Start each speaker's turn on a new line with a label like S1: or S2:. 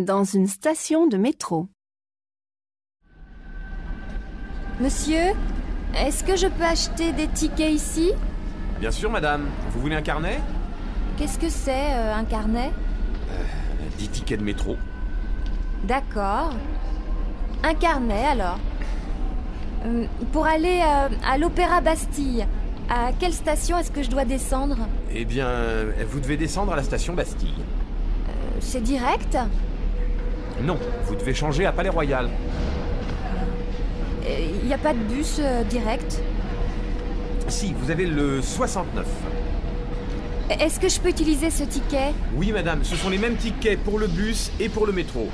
S1: dans une station de métro.
S2: Monsieur, est-ce que je peux acheter des tickets ici
S3: Bien sûr, madame. Vous voulez un carnet
S2: Qu'est-ce que c'est euh, un carnet
S3: 10 tickets de métro.
S2: D'accord. Un carnet alors. Euh, pour aller euh, à l'Opéra Bastille, à quelle station est-ce que je dois descendre
S3: Eh bien, euh, vous devez descendre à la station Bastille.
S2: C'est direct
S3: Non, vous devez changer à Palais Royal.
S2: Il n'y a pas de bus euh, direct
S3: Si, vous avez le 69.
S2: Est-ce que je peux utiliser ce ticket
S3: Oui, madame, ce sont les mêmes tickets pour le bus et pour le métro.